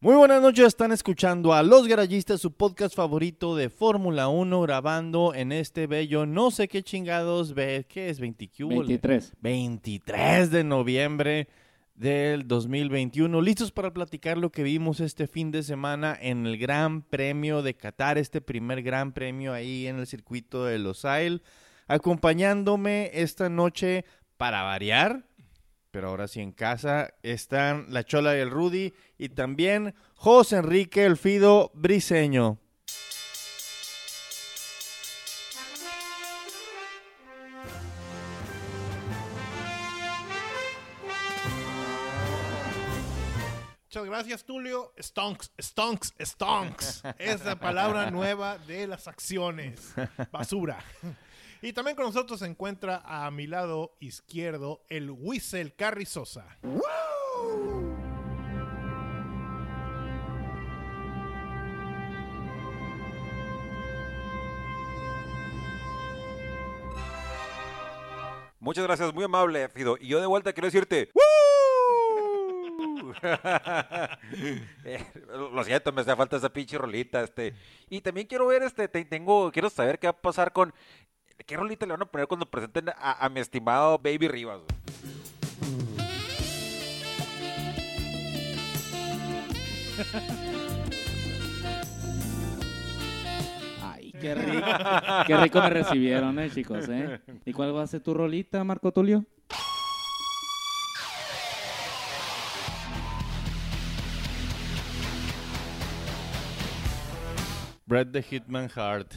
Muy buenas noches, están escuchando a Los Garayistas, su podcast favorito de Fórmula 1, grabando en este bello, no sé qué chingados, ve, ¿qué es? 20 qué hubo, le? 23. 23 de noviembre del 2021. Listos para platicar lo que vimos este fin de semana en el Gran Premio de Qatar, este primer Gran Premio ahí en el circuito de Los Losail. Acompañándome esta noche para variar, pero ahora sí en casa, están la Chola y el Rudy y también José Enrique el Fido Briseño. Muchas gracias, Tulio. Stonks, stonks, stonks. Es la palabra nueva de las acciones. Basura. Y también con nosotros se encuentra a mi lado izquierdo el Whistle Carrizosa. Muchas gracias, muy amable, Fido. Y yo de vuelta quiero decirte, ¡Woo! Eh, Lo siento, me hace falta esa pinche rolita, este. Y también quiero ver, este, te- tengo, quiero saber qué va a pasar con, qué rolita le van a poner cuando presenten a, a mi estimado Baby Rivas. güey? Ay, qué rico. qué rico me recibieron, eh, chicos, eh. ¿Y cuál va a ser tu rolita, Marco Tulio? Brett the Hitman Hart.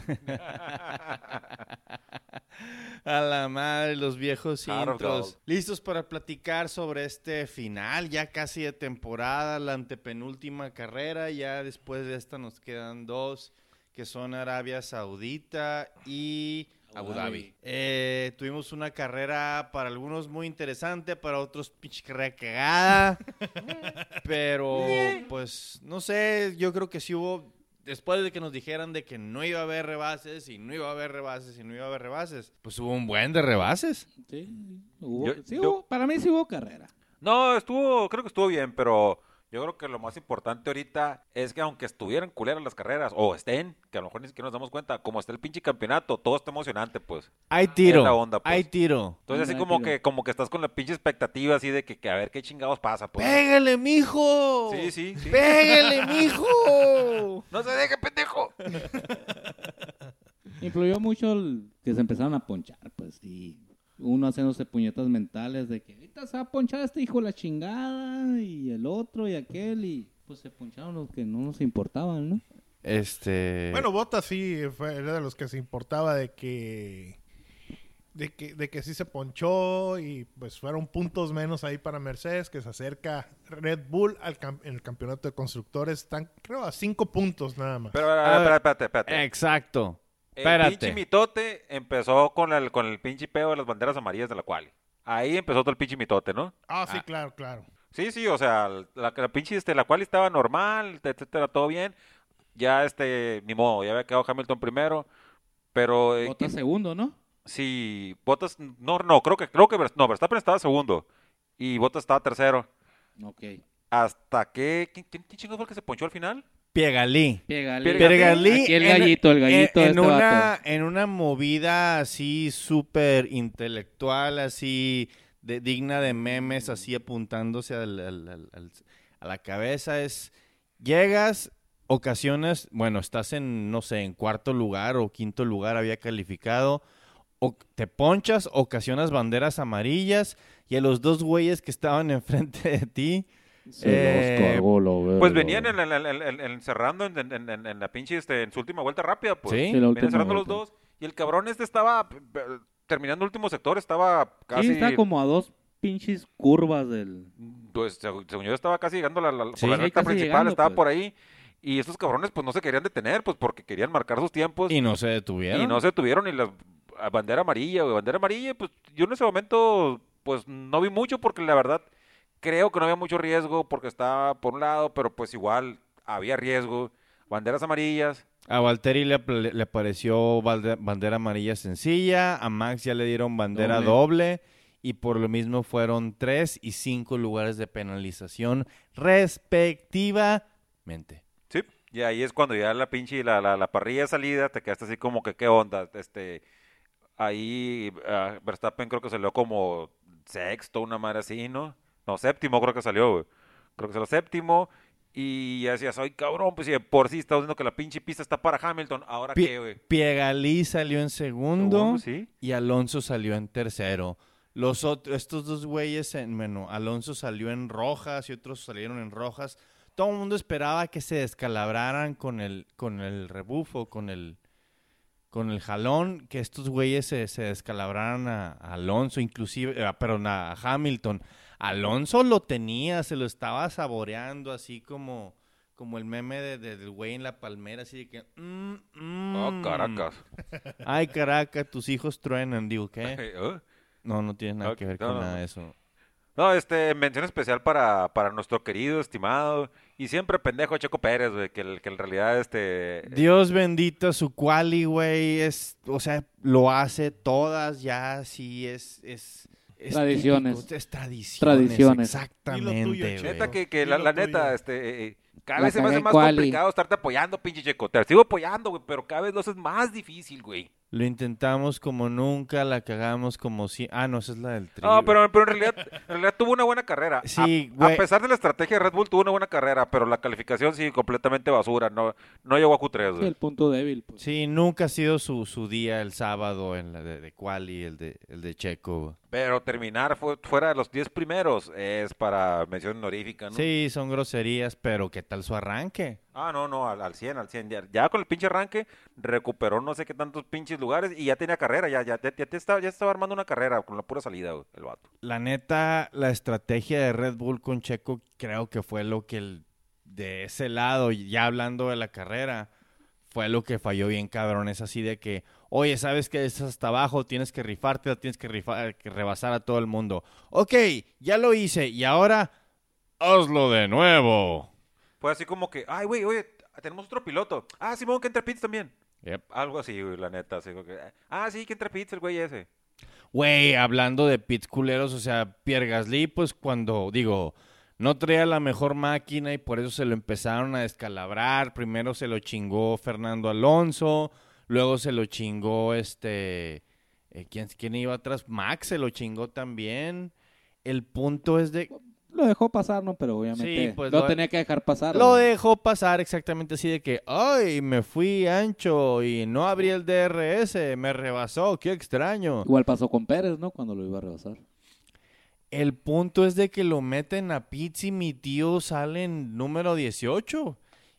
A la madre, los viejos Heart of cintos. gold. Listos para platicar sobre este final, ya casi de temporada, la antepenúltima carrera. Ya después de esta nos quedan dos, que son Arabia Saudita y Abu Dhabi. Eh, tuvimos una carrera para algunos muy interesante, para otros pinche carrera cagada. Pero, pues, no sé, yo creo que sí hubo, después de que nos dijeran de que no iba a haber rebases y no iba a haber rebases y no iba a haber rebases, pues hubo un buen de rebases. Sí, hubo- Yo- sí yo- hubo- para mí sí hubo carrera. No, estuvo, creo que estuvo bien, pero yo creo que lo más importante ahorita es que aunque estuvieran culeras las carreras, o estén, que a lo mejor ni siquiera nos damos cuenta, como está el pinche campeonato, todo está emocionante, pues. Hay Es la onda, pues. tiro. Entonces así Ándale, como tiro. que, como que estás con la pinche expectativa así de que, que a ver qué chingados pasa, pues. ¡Pégale, mijo! Sí, sí, sí. ¡Pégale, mijo! ¡No se deje, pendejo! Influyó mucho el que se empezaron a ponchar, pues, y uno haciéndose puñetas mentales de que ahorita se va a ponchar este hijo de la chingada, y el otro, y aquel, y pues se poncharon los que no nos importaban, ¿no? Este... Bueno, Bota sí fue, era de los que se importaba de que, de que de que sí se ponchó y pues fueron puntos menos ahí para Mercedes que se acerca Red Bull al cam- en el campeonato de constructores están creo a cinco puntos nada más. Pero, a A ver, Eh, ver. Ah, espérate, espérate. Exacto. El pinche Espérate. mitote empezó con el, con el pinche pedo de las banderas amarillas de la cual. Ahí empezó todo el pinche mitote, ¿no? Ah, sí, Ah. claro, claro. Sí, sí, o sea, la, la pinche, este, la cual estaba normal, etcétera, todo bien. Ya, este, ni modo, ya había quedado Hamilton primero, pero eh, Otra segundo, ¿no? si Bottas, no, no, creo que, creo que, Vers- no, Verstappen estaba segundo y Bottas estaba tercero. Ok. Hasta que, ¿quién, quién, quién chingados fue el que se ponchó al final? Piegalí. Piegalí. Piegalí Aquí el en- gallito, el gallito en, de en este una, vato. en una movida así súper intelectual, así de, digna de memes, así apuntándose al- al- al- al- a la cabeza, es llegas, ocasiones, bueno, estás en, no sé, en cuarto lugar o quinto lugar había calificado, o te ponchas, ocasionas banderas amarillas y a los dos güeyes que estaban enfrente de ti, eh, Pues venían en, en- en- en- en- en- cerrando en, en- en- en la pinche, este, en su última vuelta rápida, pues. Sí. Sí, la Venían última cerrando los vuelta. dos y el cabrón este estaba p- p- terminando el último sector, estaba casi... Sí, está como a dos pinches curvas del... Pues seg- según yo estaba casi llegando a la, la- por Sí, la sí, recta casi principal, llegando, estaba pues. por ahí. Y estos cabrones pues no se querían detener, pues porque querían marcar sus tiempos. y no se detuvieron. Y no se tuvieron y la a bandera amarilla, güey. Bandera amarilla, pues yo en ese momento, pues no vi mucho porque la verdad creo que no había mucho riesgo porque estaba por un lado, pero pues igual había riesgo. Banderas amarillas. A Valtteri le, apl- le apareció balde- bandera amarilla sencilla, a Max ya le dieron bandera Doble. doble. y por lo mismo fueron tres y cinco lugares de penalización respectivamente. mente. Sí, y ahí es cuando ya la pinche, la, la, la parrilla de salida, te quedaste así como que, ¿qué onda? Este, ahí ah, Verstappen creo que salió como sexto, una madre así, ¿no? No, séptimo creo que salió, güey. Creo que salió séptimo. Y ya decías, ay, cabrón, pues si de por sí estamos viendo que la pinche pista está para Hamilton, ¿ahora Pie- qué, güey? Piegalí salió en segundo, Segundo, sí. y Alonso salió en tercero. Los otros, estos dos güeyes, en, bueno, Alonso salió en rojas y otros salieron en rojas. Todo el mundo esperaba que se descalabraran con el, con el rebufo, con el, con el jalón, que estos güeyes se, se descalabraran a, a Alonso, inclusive, eh, perdón, a Hamilton. Alonso lo tenía, se lo estaba saboreando, así como, como el meme de- de- del güey en la palmera, así de que... mm, mm. Oh, caracas. Ay, Caracas, tus hijos truenan. Digo, ¿qué? Eh, No, no tiene nada que Ok, ver no, con no, nada no. Eh, de eso. No, este, mención especial para, para nuestro querido, estimado y siempre pendejo Checo Pérez, güey, que, el- que en realidad este... Dios bendito su quali, güey. Es, o sea, lo hace todas ya, sí, es... es, es Tradiciones. típico, es tradiciones. Tradiciones. Exactamente, Dilo tuyo, Checo. güey. Neta que, que Sí, la, lo la tuyo. neta, este, eh, eh, cada La vez se me cagué hace en más quali. complicado estarte apoyando, pinche Checo. Te sigo apoyando, güey, pero cada vez lo haces más difícil, güey. Lo intentamos como nunca, la cagamos como si... Ah, no, esa es la del tri. No, güey. pero, pero en realidad, en realidad tuvo una buena carrera. A- Sí, a, güey. pesar de la estrategia de Red Bull tuvo una buena carrera, pero la calificación sí completamente basura, no, no llegó a Q3, Sí, güey. el punto débil. Pues. Sí, nunca ha sido su, su día el sábado en la de, de quali, el de, el de Checo. güey. Pero terminar fu- fuera de los 10 primeros es para mención honorífica, ¿no? Sí, son groserías, pero ¿qué tal su arranque? Ah, no, no, al, al 100, al 100. Ya, ya con el pinche arranque recuperó no sé qué tantos pinches lugares y ya tenía carrera, ya, ya, ya, ya te estaba, ya estaba armando una carrera con la pura salida, güey, el vato. La neta, la estrategia de Red Bull con Checo creo que fue lo que el- de ese lado, ya hablando de la carrera, fue lo que falló bien cabrón. Es así de que, oye, sabes que es hasta abajo, tienes que rifarte, tienes que, rifar, que rebasar a todo el mundo. Ok, ya lo hice y ahora hazlo de nuevo. Fue así como que, ay, güey, oye, tenemos otro piloto. Ah, Simón, que entre pits también. Yep. Algo así, güey, la neta. Así como que, ah, sí, que entre pits el güey ese. Güey, hablando de pits culeros, o sea, Pierre Gasly, pues cuando, digo, no traía la mejor máquina y por eso se lo empezaron a descalabrar. Primero se lo chingó Fernando Alonso, luego se lo chingó este. eh, ¿quién, ¿Quién iba atrás? Max se lo chingó también. El punto es de. Lo dejó pasar, ¿no? Pero obviamente Sí, pues, lo, lo- tenía que dejar pasar. Lo güey. dejó pasar exactamente así de que, ay, me fui ancho y no abrí el DRS, me rebasó, qué extraño. Igual pasó con Pérez, ¿no? Cuando lo iba a rebasar. El punto es de que lo meten a Pizzi, mi tío sale en número 18.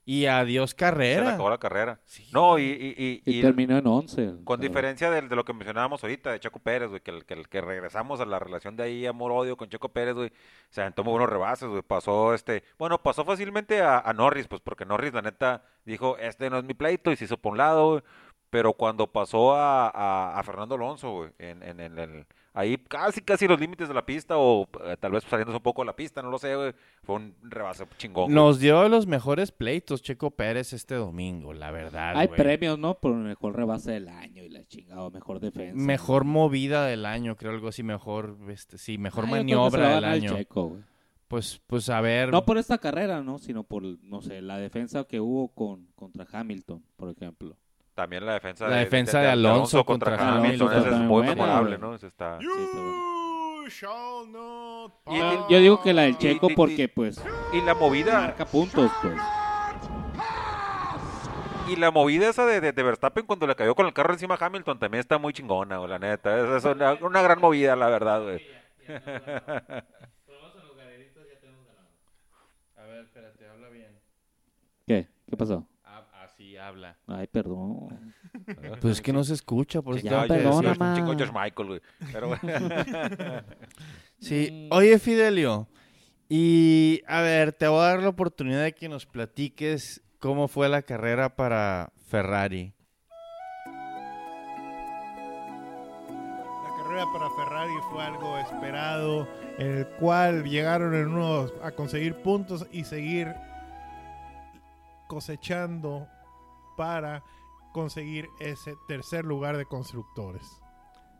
Y adiós Se le carrera. acabó la carrera. Sí. No, y, y, y, Y, y terminó en 11. con Pero- diferencia del- de, lo que mencionábamos ahorita de Checo Pérez, güey, que, el- que, el- que regresamos a la relación de ahí, amor-odio con Checo Pérez, güey. Se aventó muy buenos rebases, güey. Pasó este. Bueno, pasó fácilmente a, a Norris, pues porque Norris, la neta, dijo, este no es mi pleito y se hizo por un lado, güey. Pero cuando pasó a, a- a Fernando Alonso, güey, en, en- en el. Ahí casi, casi los límites de la pista, o eh, tal vez saliéndose un poco de la pista, no lo sé, güey. Fue un rebase chingón. güey. Nos dio los mejores pleitos Checo Pérez este domingo, la verdad. Hay Ah, güey. premios, ¿no? Por el mejor rebase del año y la chingada, o mejor defensa. Mejor movida del año, creo algo así, mejor, este, sí, mejor Ah, yo creo que se la maniobra del van al año. Checo, güey. Pues, pues a ver. No por esta carrera, ¿no? Sino por, no sé, la defensa que hubo con contra Hamilton, por ejemplo. También la defensa La defensa de Alonso contra Hamilton, esa es también muy buena, memorable, güey. ¿no? Esa está- Sí, está bueno. You shall not Y- pass. Yo digo que la del y- Checo y- porque, pues, Y la movida, marca puntos, pues. y la movida esa de, de, de Verstappen cuando le cayó con el carro encima a Hamilton también está muy chingona, güey, la neta. Esa es una, una gran movida, la verdad, güey. A ver, espérate, habla bien. ¿Qué? ¿Qué pasó? Así Ah, habla. Ay, perdón. Pues es que no se escucha, por eso Pues Ya, tengo que perdona, decir. George- ma. chingó George Michael, güey. Pero, güey, Mm. Sí, oye Fidelio, y a ver, te voy a dar la oportunidad de que nos platiques cómo fue la carrera para Ferrari. La carrera para Ferrari fue algo esperado, en el cual llegaron en unos a conseguir puntos y seguir cosechando para conseguir ese tercer lugar de constructores.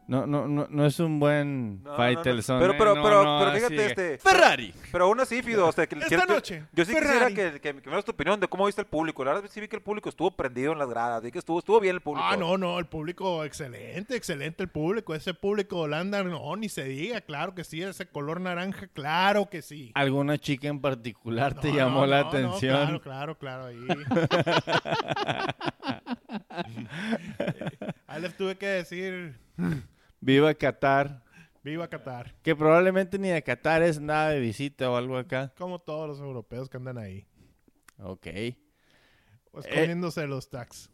No, no, no, no es un buen No, fight no, no. el Son, Pero, eh, pero, no, pero, no, pero así fíjate que- este. Ferrari. Pero aún así, Fido, o sea, que Esta quiero- yo- noche, Yo sí Ferrari. quisiera que, que, me- que me das tu opinión de cómo viste el público. La verdad sí vi que el público estuvo prendido en las gradas, vi que estuvo, estuvo bien el público. Ah, no, no, el público, excelente, excelente el público. Ese público de Holanda, no, ni se diga, claro que sí, ese color naranja, claro que sí. ¿Alguna chica en particular te No, llamó no, la no, atención? claro, claro, claro, ahí. ahí les tuve que decir, Viva Qatar. viva Qatar, Que probablemente ni de Qatar es nada de visita o algo acá. como todos los europeos que andan ahí, Ok. Eh, escondiéndose de los tax.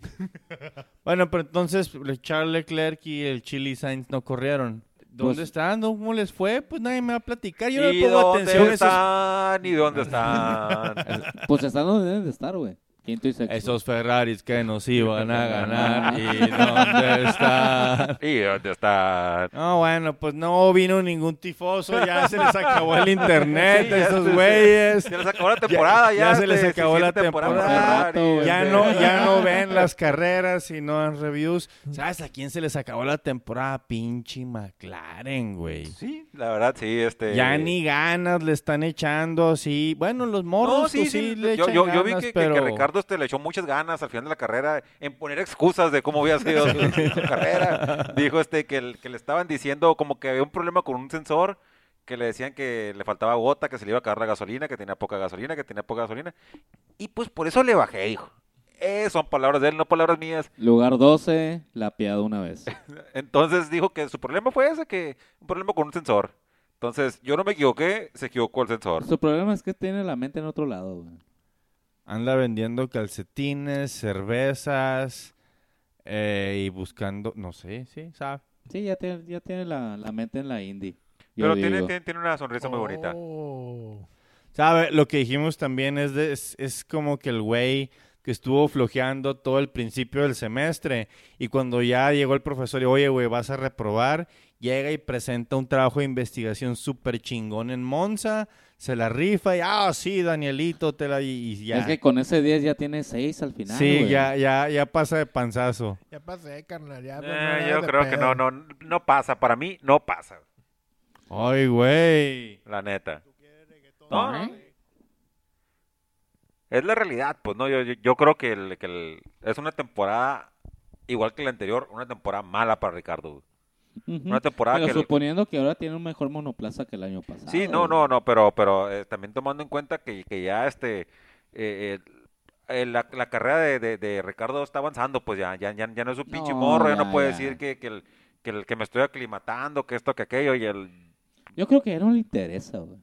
Bueno, pero entonces le- Charles Leclerc y el Chili Sainz no corrieron. ¿Dónde Pues- están? ¿No? ¿Cómo les fue? Pues nadie me va a platicar. Yo no ¿Y le pongo dónde atención a esos, están? ¿Y dónde están? Pues están donde deben de estar, güey. Quinto y sexto. esos Ferraris que nos iban a ganar. ¿Y dónde están? ¿Y dónde están? No, bueno, pues no vino ningún tifoso. Ya se les acabó el internet Sí, a ya esos se- güeyes. Se les acabó la temporada, ya. ya se les este, acabó la siguiente temporada. Ferrari, Rato, Ya este, no, ya no ven las carreras y no dan reviews. ¿Sabes a quién se les acabó la temporada? Pinche McLaren, güey. Sí, la verdad, sí, este... Ya ni ganas le están echando, sí. Bueno, los morros No, pues, sí, sí, sí, le yo, echan yo, yo vi que, ganas, que- que pero... Ricardo este, le echó muchas ganas al final de la carrera en poner excusas de cómo había sido su, su carrera. Dijo este que, el- que le estaban diciendo como que había un problema con un sensor, que le decían que le faltaba gota, que se le iba a acabar la gasolina, que tenía poca gasolina, que tenía poca gasolina. Y pues por eso le bajé, dijo. Eh, son palabras de él, no palabras mías. Lugar 12, la piada una vez. Entonces dijo que su problema fue ese, que un problema con un sensor. Entonces, yo no me equivoqué, se equivocó el sensor. Su problema es que tiene la mente en otro lado, güey. Anda vendiendo calcetines, cervezas eh, y buscando, no sé, sí, sabe. Sí, ya tiene, ya tiene la, la mente en la indie. yo Pero tiene, digo. tiene, tiene una sonrisa muy bonita. Oh. Sabe, lo que dijimos también es, de- es, es como que el güey que estuvo flojeando todo el principio del semestre y cuando ya llegó el profesor y oye, güey, vas a reprobar, llega y presenta un trabajo de investigación súper chingón en Monza, se la rifa y, ah, sí, Danielito, te la... Y, y ya. Es que con ese 10 ya tiene 6 al final, sí, güey. ya, ya, ya pasa de panzazo. Ya pasé, carnal, ya. pues, no, no, Eh, no, yo de creo que pedo. no, no, no pasa. Para mí, no pasa, Ay, güey. la neta. No, no. Es la realidad, pues no, yo, yo- yo creo que, el- que el- es una temporada, igual que la anterior, una temporada mala para Ricardo. Ujú. Una temporada Pero que... el- suponiendo que ahora tiene un mejor monoplaza que el año pasado. Sí, no, güey. no, no, pero, pero eh, también tomando en cuenta que, que ya este eh, el- eh, la, la carrera de, de- de Ricardo está avanzando, pues ya, ya, ya, ya no es un pinche No, morro, ya, ya, no puede ya. decir que, que, el, que, el- que me estoy aclimatando, que esto, que aquello, y el Yo creo que ya no le interesa, güey.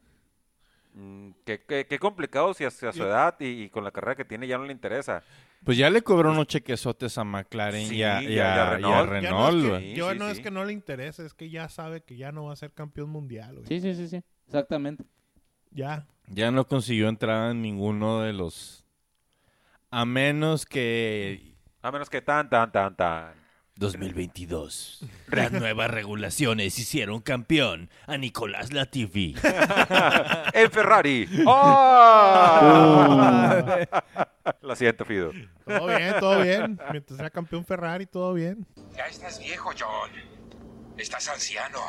mm, que, que- que complicado si a, si a su edad y, y con la carrera que tiene ya no le interesa. Pues ya le cobró unos chequesotes a McLaren Sí, y, a, y y a- a- y a y a Ya Renault. Renault, no es que, güey. yo Sí, no sí, es sí. que no le interese, es que ya sabe que ya no va a ser campeón mundial, güey. Sí, sí, sí, sí. Exactamente. Ya. Ya no consiguió entrar en ninguno de los. A menos que. A menos que tan, tan, tan, tan. 2022. Las nuevas regulaciones hicieron campeón a Nicolás Latifi. ¡El Ferrari! Uh. ¡Oh! Ah. Lo siento, Fido. Todo bien, todo bien. Mientras sea campeón Ferrari, todo bien. Ya estás viejo, John. Estás anciano.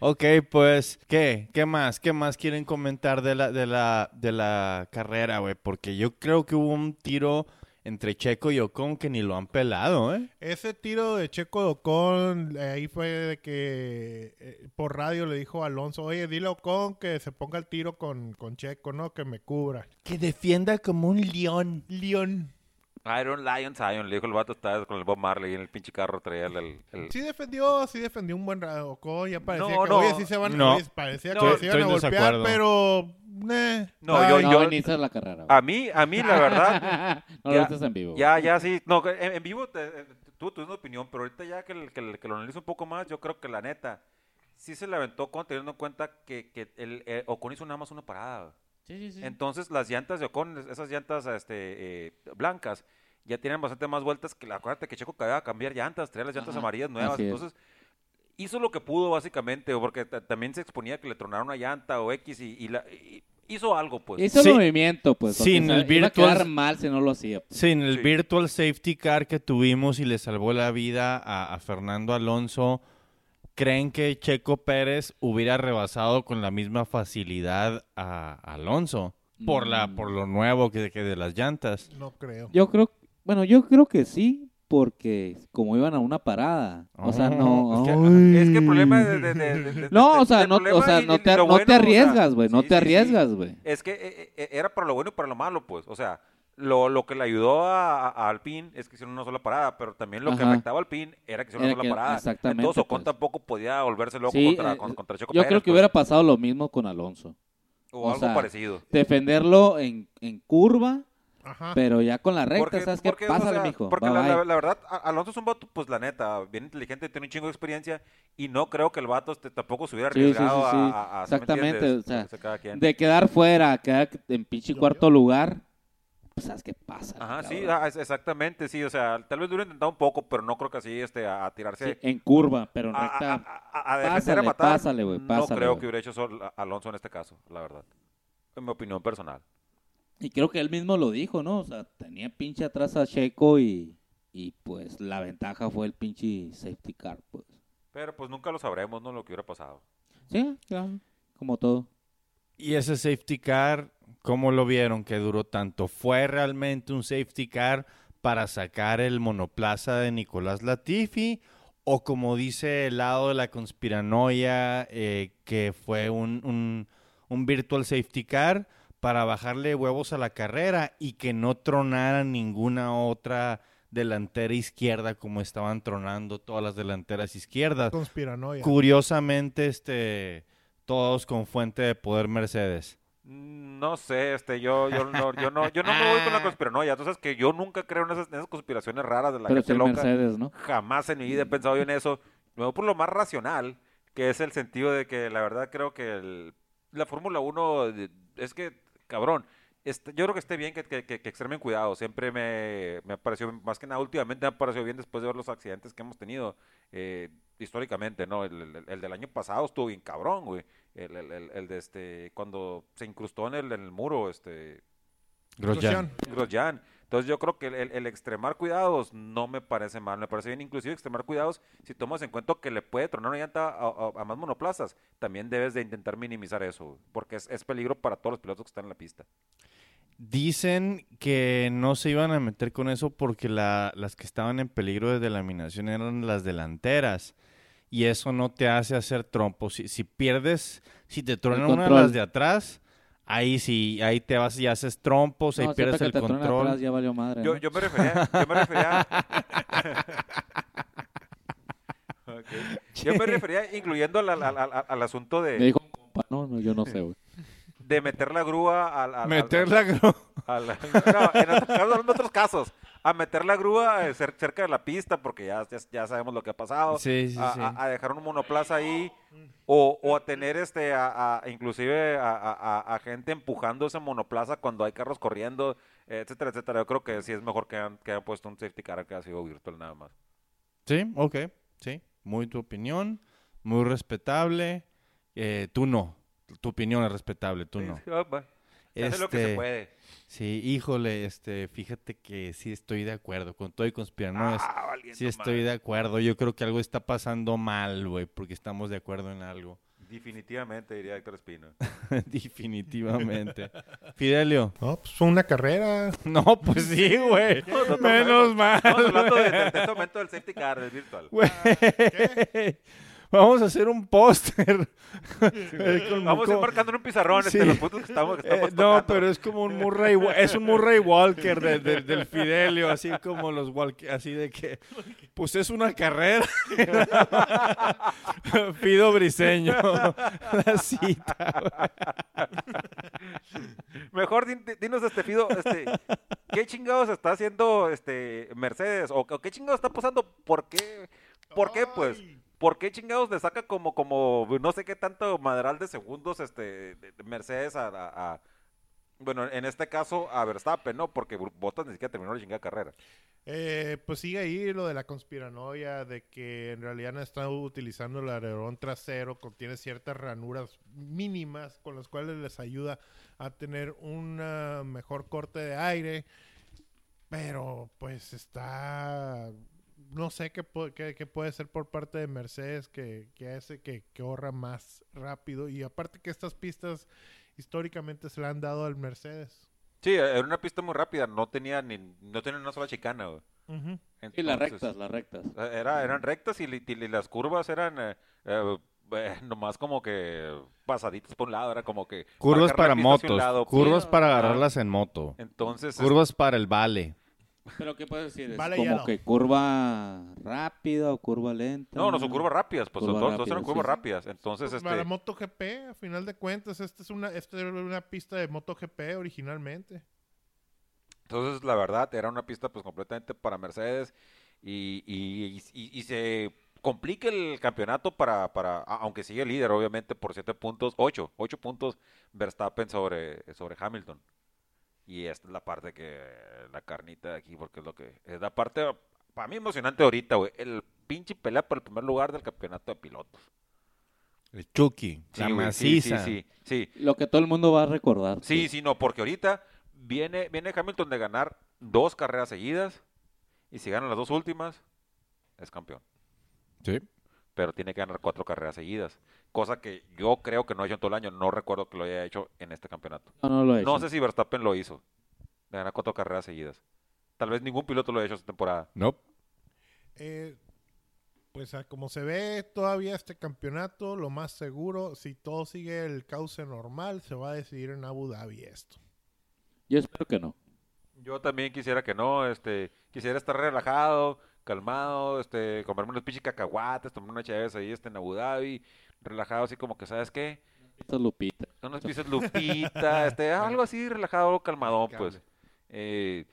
ok, pues, ¿qué? ¿Qué más? ¿Qué más quieren comentar de la, de la, de la carrera, güey? Porque yo creo que hubo un tiro entre Checo y Ocon que ni lo han pelado, ¿eh? Ese tiro de Checo de Ocon, eh, ahí fue de que eh, por radio le dijo a Alonso, oye, dile a Ocon que se ponga el tiro con, con Checo, ¿no? Que me cubra. Que defienda como un león. León. Iron Lion Zion, le dijo el vato, estaba con el Bob Marley y en el pinche carro traía el... el- el- Sí defendió, sí defendió un buen rato Ocon, ya parecía No, que, no. oye, sí se van, No. oye, parecía que No, se estoy iban a en golpear, desacuerdo. pero... eh, No, bye. yo- no inicia la carrera, güey. A mí, a mí, la verdad, no ya- lo haces en vivo. Ya, ya, sí. No, que en, en vivo te- eh, tú tuviste una opinión, pero ahorita ya que, el- que, el- que lo analizo un poco más, yo creo que la neta sí se la aventó con teniendo en cuenta que, que el, eh, Ocon hizo nada más una parada. güey. Sí, sí, sí. Entonces, las llantas de Ocon, es- esas llantas este, eh, blancas, ya tienen bastante más vueltas que la acuérdate que Checo acaba de cambiar llantas, traía las llantas Ajá, amarillas nuevas. así es. Entonces, hizo lo que pudo, básicamente, o porque ta- también se exponía que le tronaron una llanta o X y, y la- y- hizo algo, pues. Hizo Sí. el movimiento, pues. porque Sin se- el Iba a virtual- quedar mal si no lo hacía. pues. Sí, en el Sí. virtual safety car que tuvimos y le salvó la vida a, a Fernando Alonso, ¿Creen que Checo Pérez hubiera rebasado con la misma facilidad a Alonso? Por, la, por lo nuevo que, que de las llantas. ah, No creo. Yo creo, bueno, yo creo que sí, porque como iban a una parada, o sea, no... Oh, es que- ¡Ay! Es que el problema de- de- de- de- de- No, o de- sea, del no, o problema sea, y- no y te, lo no te bueno, o sea, arriesgas, güey, no te sí, sí, sí. arriesgas, güey. Es que eh, eh, era para lo bueno y para lo malo, pues. O sea, lo, lo que le ayudó a, a- a Alpine es que hicieron una sola parada, pero también lo que Ajá. afectaba a Alpine era que hicieron Era una que- sola parada. exactamente, Entonces Ocon pues. tampoco podía volverse loco Sí, contra, eh, con- contra Checo Yo Pérez, creo que pues, hubiera pasado lo mismo con Alonso. O o algo sea, parecido. Defenderlo en, en curva, Ajá. pero ya con la recta, Ah. Porque- ¿sabes qué? porque, o Pásale, sea, mijo. Porque bye, la, la- bye. la verdad, a- Alonso es un vato, pues la neta, bien inteligente, tiene un chingo de experiencia y no creo que el vato este, tampoco se hubiera Sí, sí, sí, arriesgado sí. a- a, a- ¿sí me Exactamente, entiendes? o sea, Lo que cada quien. De quedar fuera, quedar en pinche Yo- cuarto lugar, pues, ¿sabes qué pasa? Ajá, sí, cabrón? ah, es- exactamente, sí, o sea, tal vez lo hubiera intentado un poco, pero no creo que así, este, a, a tirarse... Sí, en curva, pero en a- recta. a- a- a defender, a Pásale, matar. pásale, güey, no pásale, creo güey. que hubiera hecho eso Al- Alonso en este caso, la verdad. En mi opinión personal. Y creo que él mismo lo dijo, ¿no? O sea, tenía pinche atrás a Checo y, y pues la ventaja fue el pinche safety car, pues. Pero pues nunca lo sabremos, ¿no? Lo que hubiera pasado. Sí, claro, como todo. ¿Y ese safety car, cómo lo vieron que duró tanto? ¿Fue realmente un safety car para sacar el monoplaza de Nicolás Latifi? ¿O como dice el lado de la conspiranoia, eh, que fue un, un- un virtual safety car para bajarle huevos a la carrera y que no tronara ninguna otra delantera izquierda como estaban tronando todas las delanteras izquierdas? Conspiranoia. Curiosamente, este, todos con fuente de poder Mercedes. Mm, No sé, este, yo, yo no, yo no, yo no me voy con la conspiranoia. Tú sabes que yo nunca creo en esas, en esas conspiraciones raras de la pero es gente el loca. Mercedes, ¿no? Jamás en mi vida he pensado yo en eso. Me voy por lo más racional, que es el sentido de que la verdad creo que el- la Fórmula 1 de- es que, cabrón, este, yo creo que esté bien que, que, que- que extremen cuidado. Siempre me, me ha parecido, más que nada últimamente me ha parecido bien después de ver los accidentes que hemos tenido eh, históricamente, ¿no? El, el- el del año pasado estuvo bien cabrón, güey. El, el- el- el de este, cuando se incrustó en el, en el muro, este, Grosjean. Grosjean. Entonces yo creo que el, el- el extremar cuidados no me parece mal, me parece bien inclusive extremar cuidados si tomas en cuenta que le puede tronar una llanta a, a- a más monoplazas, también debes de intentar minimizar eso, porque es, es peligro para todos los pilotos que están en la pista. Dicen que no se iban a meter con eso porque la- las que estaban en peligro de laminación eran las delanteras. Y eso no te hace hacer trompo. Si, si pierdes, si te truenan una de control. las de atrás, ahí sí, ahí te vas y haces trompos, ahí No, pierdes siempre el que te truena control. atrás ya valió madre. Yo, ¿no? yo me refería, yo me refería, Ok. yo me refería incluyendo al, al- al- al- al asunto Me de, dijo, "Pa- no, no, yo no sé, güey. de meter la grúa al... al- al- Meter la gro- A la- no, en otro- estamos hablando de otros casos. A meter la grúa eh, cer- cerca de la pista, porque ya, ya, ya sabemos lo que ha pasado. Sí, sí, a, sí. a- a dejar un monoplaza ahí. O, o a tener este, a, a- inclusive a, a- a- a gente empujando ese monoplaza cuando hay carros corriendo, etcétera, etcétera. Yo creo que sí es mejor que han, que hayan puesto un safety car que ha sido virtual nada más. Sí, ok, sí. Muy tu opinión, muy respetable. Eh, tú no. Tu opinión es respetable, tú Sí, no. sí, ah, va. Se hace lo que se Este, puede. Sí, híjole, este, fíjate que sí estoy de acuerdo con todo y conspiranoias. Ah, valiendo sí estoy madre. de acuerdo. Yo creo que algo está pasando mal, güey, porque estamos de acuerdo en algo. Definitivamente, diría Héctor Espino. Definitivamente. Fidelio. No, pues fue una carrera. No, pues sí, güey. Menos mal. Estamos hablando de, de- de este momento del safety car, del virtual. güey. Vamos a hacer un póster. Con- Vamos a ir con- marcando en un pizarrón Sí. este, los puntos que estamos, que Eh, estamos no, tocando. pero es como un Murray, Wa- es un Murray Walker de- de- del Fidelio, así como los Walker, así de que, pues es una carrera. Pido briseño la cita. Mejor din- di- dinos, este, Fido, este, ¿qué chingados está haciendo este Mercedes? ¿O, o qué chingados está pasando? ¿Por qué? ¿Por qué, pues? Ay. ¿Por qué chingados le saca como, como no sé qué tanto madral de segundos este de- de Mercedes a, a- a- bueno, en este caso a Verstappen, ¿no? Porque Bottas ni siquiera terminó la chingada carrera. Eh, pues sigue ahí lo de la conspiranoia, de que en realidad no están utilizando el alerón trasero, contiene ciertas ranuras mínimas con las cuales les ayuda a tener un ah, mejor corte de aire, pero pues está no sé qué, pu- qué- qué puede ser por parte de Mercedes que, que hace que, que ahorra más rápido. Y aparte que estas pistas históricamente se le han dado al Mercedes. Sí, era una pista muy rápida, no tenía ni no tenía una sola chicana, güey. Y las Entonces, rectas, las rectas. eh, Era, eran rectas y, li- y li- las curvas eran eh, eh, eh, nomás como que pasaditas por un lado, era como que... Curvas marcar para la pista hacia un motos, lado, curvas sí, para ah, agarrarlas en moto, Entonces, es- curvas para el vale. Pero ¿qué puedes decir? ¿Es Vale, ya como no. que curva rápida o curva lenta. este, no, no son curvas rápidas, pues Curvas dos, dos eran rápidas, curvas sí, sí. rápidas. Entonces, este... Para la MotoGP, a final de cuentas, esta es una, esta era una pista de MotoGP originalmente. Entonces, la verdad, era una pista pues completamente para Mercedes y, y- y- y se complica el campeonato para, para, a- aunque sigue líder, obviamente, por siete puntos, ocho, ocho puntos Verstappen sobre, sobre Hamilton. Y esta es la parte que, la carnita de aquí, porque es lo que, es la parte, para mí emocionante ahorita, güey, el pinche pelea por el primer lugar del campeonato de pilotos. El Chucky, la Sí, güey, sí, sí, maciza. sí, sí. Lo que todo el mundo va a recordar. Sí, pues. sí, no, porque ahorita viene, viene Hamilton de ganar dos carreras seguidas y si gana las dos últimas, es campeón. Sí. Pero tiene que ganar cuatro carreras seguidas, cosa que yo creo que no ha hecho en todo el año, no recuerdo que lo haya hecho en este campeonato. No, no lo he No hecho. sé si Verstappen lo hizo, de ganar cuatro carreras seguidas. Tal vez ningún piloto lo haya hecho esta temporada. No, Eh, pues a como se ve todavía este campeonato, lo más seguro, si todo sigue el cauce normal, se va a decidir en Abu Dhabi esto. Yo espero que no. Yo también quisiera que no, este, quisiera estar relajado, calmado, este, comerme unos pinches cacahuates, tomar una chévere ahí, este, en Abu Dhabi, relajado, así como que, ¿sabes qué? Esta es Lupita. Unas pizzas Lupita, este, algo así relajado, algo calmadón, pues. Eh,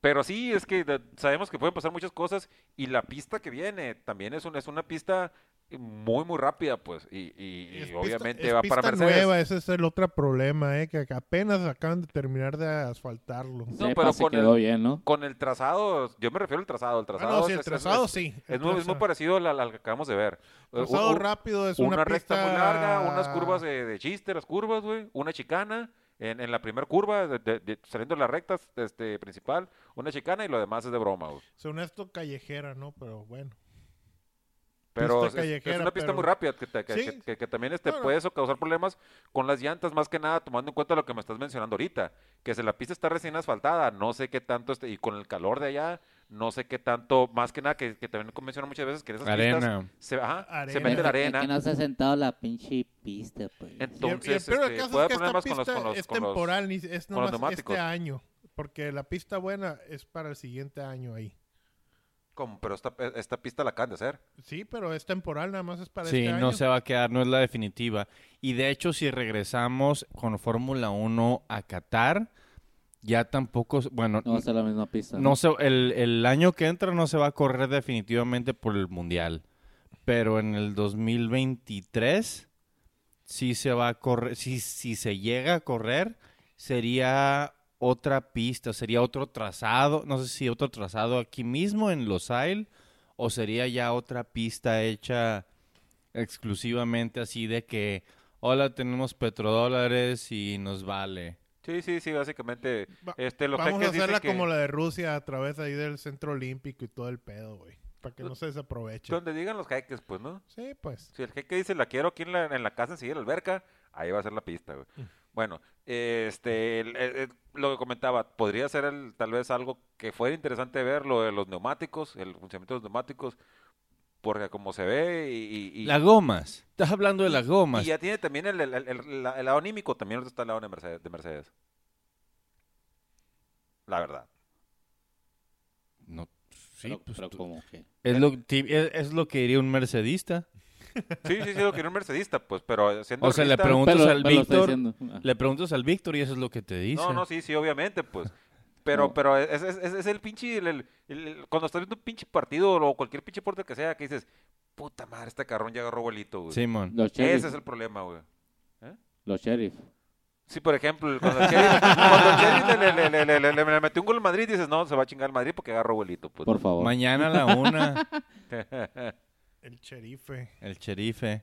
pero sí, es que da- sabemos que pueden pasar muchas cosas y la pista que viene también es, un- es una pista muy, muy rápida, pues. Y, y- y Es pista- obviamente es va pista para Mercedes. nueva, ese es el otro problema, eh, que apenas acaban de terminar de asfaltarlo. No, Sepa, pero se con quedó el- bien, ¿no? Con el trazado, yo me refiero al trazado. El Ah, trazado, no, sí, es, el es- trazado es- sí. es muy, es muy parecido a la, la que acabamos de ver. Eh, El u- trazado u- rápido es una, una, recta pista muy larga, unas curvas de, de chiste, las curvas, güey, una chicana en, en la primera curva, de- de- de- saliendo de la recta este, principal, una chicana y lo demás es de broma, güey. Según esto, callejera, ¿no? Pero bueno. Pero Pista es, es- es callejera, una pista pero- muy rápida que, te- que- Sí. que- que- que también este, No, no. puede eso causar problemas con las llantas, más que nada tomando en cuenta lo que me estás mencionando ahorita, que si la pista está recién asfaltada, no sé qué tanto, este, y con el calor de allá, no sé qué tanto, más que nada, que, que también menciono muchas veces que en esas pistas arena. se, ajá, Arena. se mete la arena. Que no se ha sentado la pinche pista, pues. Y el- y el Entonces, peor este, caso puede es que haber esta problemas con los- pista con los- es con los- temporal, ni- es con los nomás este neumáticos. año. Porque la pista buena es para el siguiente año ahí. Como, pero esta, esta pista la acaban de hacer. Sí, pero es temporal, nada más es para Sí, este año. no se va a quedar, no es la definitiva. Y de hecho, si regresamos con Fórmula 1 a Qatar, ya tampoco, bueno, No va a ser la misma pista. no se- el, el año que entra no se va a correr definitivamente por el Mundial. Pero en el 2023 sí se va a correr, si, si se llega a correr, sería otra pista, sería otro trazado, no sé si otro trazado aquí mismo en Los Losail o sería ya otra pista hecha exclusivamente así de que, hola, tenemos petrodólares y nos vale. Sí, sí, sí, básicamente. Va- este, los Vamos a jeques dicen hacerla que- como la de Rusia a través ahí del centro olímpico y todo el pedo, güey. Para que no se desaproveche. Donde digan los jeques, pues, ¿no? Sí, pues. Si el jeque dice la quiero aquí en la, en la casa, enseguida en la alberca, ahí va a ser la pista, güey. Mm. Bueno, este, el- el- el- lo que comentaba, podría ser el, tal vez algo que fuera interesante ver, lo de los neumáticos, el funcionamiento de los neumáticos, porque como se ve y... y- y- Las gomas, estás hablando de las gomas. Y ya tiene también el, el, el- el- la- el lado anímico, también está el lado de Mercedes, de Mercedes. La verdad. No, sí, Pero, pues, pero tú- como que... es, lo, ti- es, es lo que diría un mercedista. Sí, sí, sí, lo quería un mercedista, pues, pero siendo O sea, le realista- preguntas Pero- al pero lo estoy Víctor, diciendo. Ah. le preguntas al Víctor y eso es lo que te dice. No, no, sí, sí, obviamente, pues. Pero, No. pero es, es- es- es el pinche, el- el- el- cuando estás viendo un pinche partido o cualquier pinche deporte que sea, que dices, puta madre, este carrón ya agarró vuelito, pues. güey. Simón. Los sheriff. Ese es el problema, güey. Los sheriff. Sí, por ejemplo, el- cuando el Sheriff, cuando el Sheriff le, le- le- le- le- le- le metió un gol al Madrid, dices, no, se va a chingar el Madrid porque agarró vuelito, pues. Por favor. Mañana a la una, El cherife. el cherife.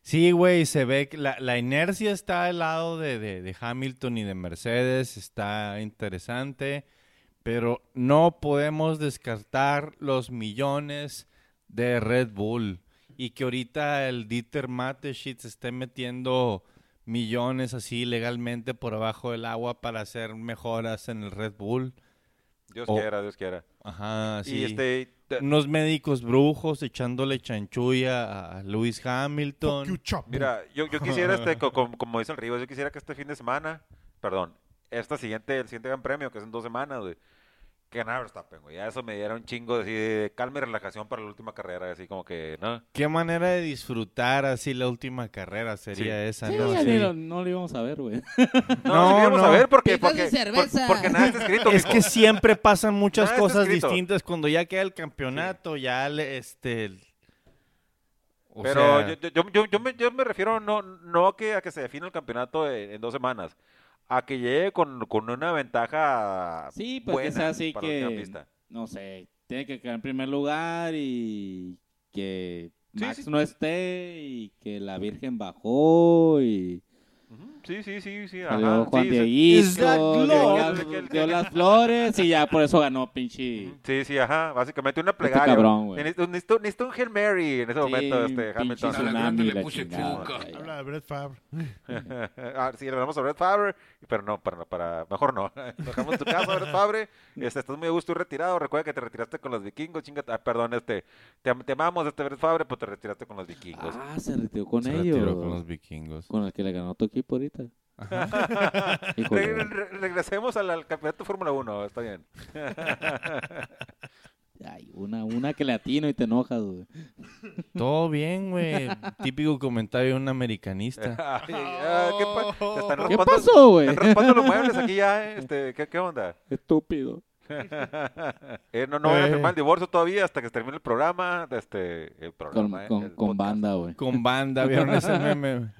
Sí, güey, se ve que la, la inercia está al lado de, de- de Hamilton y de Mercedes, está interesante. Pero no podemos descartar los millones de Red Bull. Y que ahorita el Dieter Mateschitz se esté metiendo millones así legalmente por abajo del agua para hacer mejoras en el Red Bull. Dios Oh. quiera, Dios quiera. Ajá, sí. Y este, te- Unos médicos brujos echándole chanchulla a Lewis Hamilton. Fuck you, Chapo. Mira, yo, yo quisiera, este, co- com- como dice el Rivas, yo quisiera que este fin de semana, perdón, esta siguiente, el siguiente Gran Premio, que es en dos semanas, güey, que ganara Verstappen, güey. Ya eso me diera un chingo así de calma y relajación para la última carrera, así como que, ¿no? Qué manera de disfrutar así la última carrera sería esa, Sí, ¿no? ya Sí. ni lo- no lo íbamos a ver, güey. No, No, no, vamos no. a ver porque, Picos y porque, por- cerveza. porque nada está escrito. Es mijo. que siempre pasan muchas Nada está cosas escrito. distintas. Cuando ya queda el campeonato, ya le- este... el- o Pero sea, yo, yo, yo, yo me, yo me refiero no, no a, que, a que se defina el campeonato en, en dos semanas, a que llegue con, con una ventaja Sí, pues buena que sea así para la última que. pista. No sé, tiene que quedar en primer lugar y que Sí, Max sí. no esté y que la Virgen bajó y Ujú, Sí, sí, sí, sí. salió Ajá, Juan sí, sí. Is that Dieguito, dio love? las, dio las flores y ya por eso ganó pinche. Sí, sí, ajá. Básicamente una plegaria. Este cabrón, güey. necesito, necesito- necesito un Hail Mary en ese momento, Sí, este, pinche Hamilton. tsunami, le la puse chingada, peluca. güey. Habla de Brett Favre. ah, sí, le hablamos a Brett Favre, pero no, para, para, mejor no. Dejamos tu casa, Brett Favre. Este, estás muy a gusto y retirado. Recuerda que te retiraste con los vikingos, chingate. Ah, perdón, este, te, am- te amamos, este Brett Favre, pero te retiraste con los vikingos. Ah, se retiró con se ellos. retiró Con, con los vikingos. el que le ganó tu equipo ahorita. Híjole, Re- re- regresemos al, al campeonato de Fórmula 1, está bien. ay, una, una que le atino y te enojas, güey. Todo bien, güey. Típico comentario de un americanista. Ay, ah, ¿qué, pa- te están ¿Qué raspando- pasó, te güey? están raspando los muebles aquí ya, eh, este, ¿qué, qué onda? Estúpido. Eh, no, no voy a Eh. firmar el divorcio todavía hasta que se termine el programa. Este, el Con, programa, eh, con, el con podcast. banda, güey. Con banda, ¿vieron ese meme?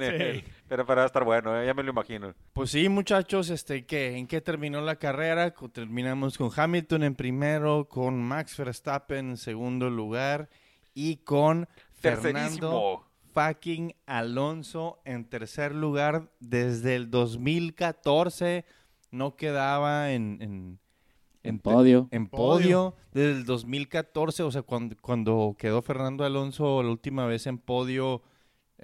Eh, Pero para estar bueno, eh, ya me lo imagino. Pues sí, muchachos, este, ¿qué? ¿en qué terminó la carrera? Co- Terminamos con Hamilton en primero, con Max Verstappen en segundo lugar y con Fernando Tercerísimo. fucking Alonso en tercer lugar desde el 2014. No quedaba en, en, En te- podio. En podio Podio. desde el 2014, o sea, cuando, cuando quedó Fernando Alonso la última vez en podio,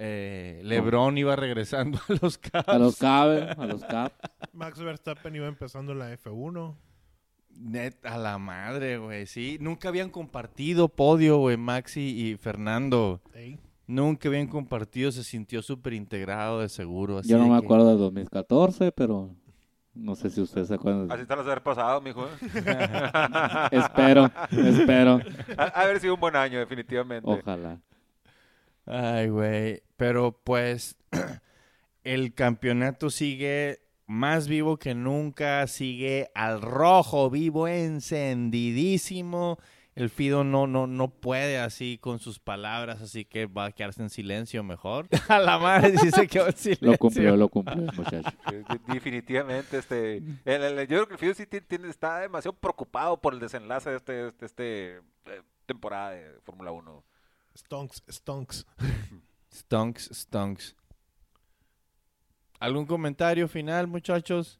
eh, Lebrón iba regresando a los Cavs. A los cabes, a los cap. Max Verstappen iba empezando en la F1. Net, a la madre, güey, sí. Nunca habían compartido podio, güey, Maxi y Fernando. Ey. Nunca habían compartido, se sintió súper integrado de seguro. así Yo no de me que- acuerdo del 2014, pero no sé si ustedes se acuerdan. Así te las haber pasado, mijo. eh. Espero, espero. Ha- haber sido un buen año, definitivamente. Ojalá. Ay, güey. Pero pues el campeonato sigue más vivo que nunca, sigue al rojo, vivo, encendidísimo. El Fido no, no, no puede así con sus palabras, así que va a quedarse en silencio mejor. A la madre sí se quedó en silencio. Lo cumplió, lo cumplió, muchacho. Eh, de- Definitivamente, este. el- el- yo creo que el Fido sí ti- tiene- está demasiado preocupado por el desenlace de este, este, este, eh, temporada de Fórmula 1. Stonks, Stonks. Stunks, stunks. ¿Algún comentario final, muchachos?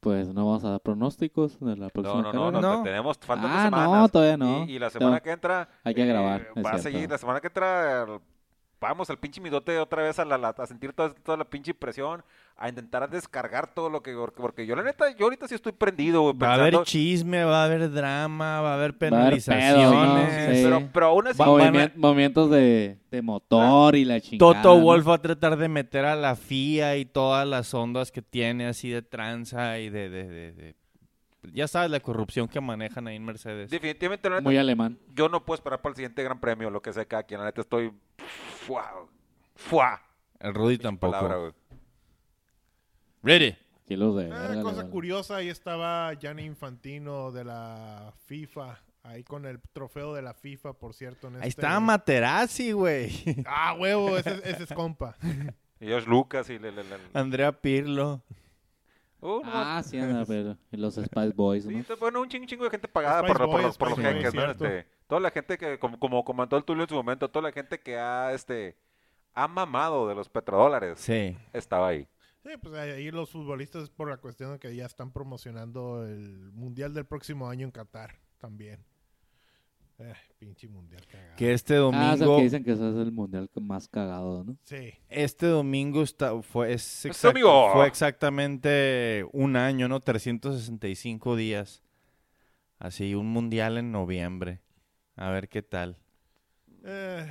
Pues no vamos a dar pronósticos de la próxima No, no, no, carrera. no, No. te- tenemos, faltan dos Ah, no, semanas. todavía no. Y, y la No. semana que entra... eh, Hay que grabar, es va a cierto. seguir, la semana que entra... el- Vamos al pinche midote otra vez a, la, la- a sentir toda, toda la pinche presión, a intentar descargar todo lo que... Porque, porque yo la neta, yo ahorita sí estoy prendido, güey, Va a haber pensando- chisme, va a haber drama, va a haber Va a haber pedos, ¿no? penalizaciones. Sí. Pero, pero aún así... Va- Movimi- van a- Movimientos de, de motor y la chingada. Toto ¿no? Wolf va a tratar de meter a la FIA y todas las ondas que tiene así de tranza y de, de- de- de- Ya sabes la corrupción que manejan ahí en Mercedes. Definitivamente, la neta, Muy alemán. yo no puedo esperar para el siguiente Gran Premio, lo que sea cada quien. La neta estoy... ¡Fua! ¡Fua! El Rudy tampoco. Palabra, güey. Ready. Kilos de Eh, Ah, verga, le cosa vale. curiosa, ahí estaba Gianni Infantino de la FIFA, ahí con el trofeo de la FIFA, por cierto. En Ahí este- está Materazzi, güey. Ah, huevo, ese, ese es compa. Y Josh Lucas y... Le, le- le- le- Andrea Pirlo. Uh, no, Ah, sí, anda, pero. y los Spice Boys, Sí, ¿no? te- bueno, un chingo, chingo de gente pagada Spice por, lo- por Boys, los, por los Spice Boys, jeques, ¿no? cierto. Este, toda la gente que, como, como comentó el Tulio en su momento, toda la gente que ha, este, ha mamado de los petrodólares Sí. estaba ahí. Sí, pues ahí los futbolistas por la cuestión de que ya están promocionando el Mundial del próximo año en Qatar también. Eh, pinche Mundial cagado. Que este domingo. Ah, eso que dicen que ese es el mundial que más cagado, ¿no? Sí. Este domingo está, fue, es Este exact- domingo. fue exactamente un año, ¿no? 365 días. Así, un mundial en noviembre. A ver qué tal. Eh,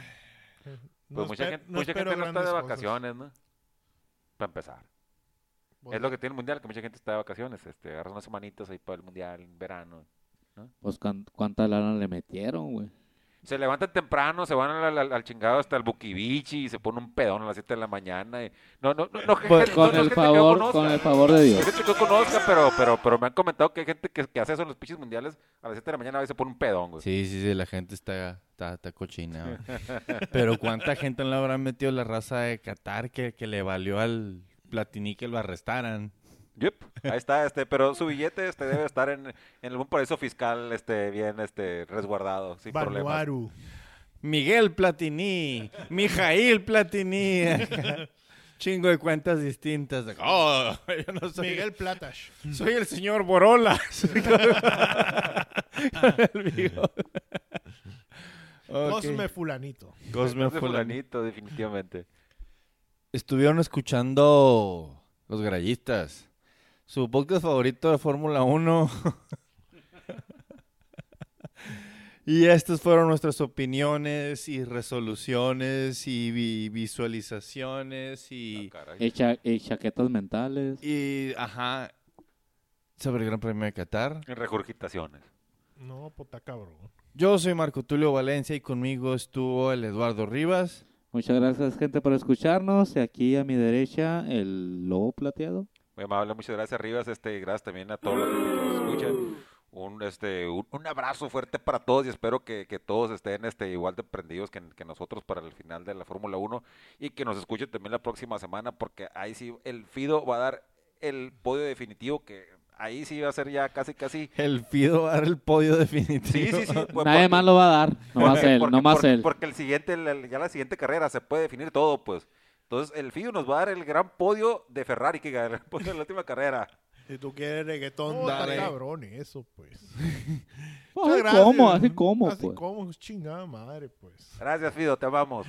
no Pues mucha espe- gente no no, mucha espero gente no está grandes de cosas. vacaciones, ¿no? Para empezar. Pues, Es lo que tiene el mundial, que mucha gente está de vacaciones. Este, agarra unas semanitas ahí para el mundial en verano. Pues cuán- cuánta lana le metieron, güey. Se levantan temprano, se van al, al- al chingado hasta el Bukibichi y se pone un pedón a las 7 de la mañana. y- No, no, no, no, gente- Pues, no, con no es el gente que yo favor, conozca. con el favor de Es Dios. gente que yo conozca, pero, pero, pero me han comentado que hay gente que, que hace eso en los pinches mundiales. A las 7 de la mañana a veces se pone un pedón, güey. Sí, sí, sí, la gente está, está, está cochina. güey. Pero cuánta gente no le habrán metido la raza de Qatar que, que le valió al Platini que lo arrestaran. Yep, Ahí está, este, pero su billete este debe estar en, en algún paraíso fiscal este, bien este, resguardado, sin problemas. Vanuatu. Miguel Platini, Mijail Platini. Chingo de cuentas distintas. Oh, yo no soy Miguel Platash. Soy el señor Borola. El bigote. Ok. Cosme Fulanito. Cosme Entonces, Fulani. fulanito, definitivamente. Estuvieron escuchando Los Grallistas. Su podcast favorito de Fórmula 1. y estas fueron nuestras opiniones y resoluciones y vi- visualizaciones y... Ah, caray. Y, cha- y chaquetas mentales. y, ajá. Sobre el Gran Premio de Qatar. Regurgitaciones. No, puta cabrón. Yo soy Marco Tulio Valencia y conmigo estuvo el Eduardo Rivas. Muchas gracias, gente, por escucharnos. Y aquí a mi derecha, el lobo plateado. Muy amable, muchas gracias, Rivas. Este, gracias también a todos los que nos escuchan. Un, este, un, un abrazo fuerte para todos y espero que, que todos estén este, igual de prendidos que, que nosotros para el final de la Fórmula 1 y que nos escuchen también la próxima semana porque ahí sí el Fido va a dar el podio definitivo que ahí sí va a ser ya casi casi. El Fido va a dar el podio definitivo. Sí, sí, sí. pues, Nadie porque- más lo va a dar. No más porque- él, porque- no más porque- él. Porque el siguiente, la- ya la siguiente carrera se puede definir todo, pues. Entonces el Fido nos va a dar el gran podio de Ferrari que ganó el podio en la última carrera. Si tú quieres reggaetón, Oh, está dale. cabrón eso, pues. Ay, Muchas ¿Cómo? gracias. Así como, Así pues. como, chingada madre, pues. Gracias, Fido, te amamos.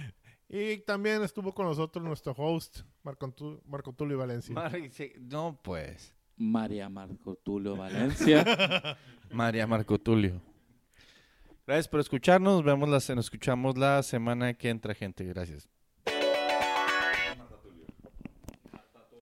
Y también estuvo con nosotros nuestro host, Marco, Antu- Marco Tulio Valencia. Mar- sí, No, pues. María Marco Tulio Valencia. María Marco Tulio. Gracias por escucharnos. Vemos la, nos escuchamos la semana que entra, gente. Gracias.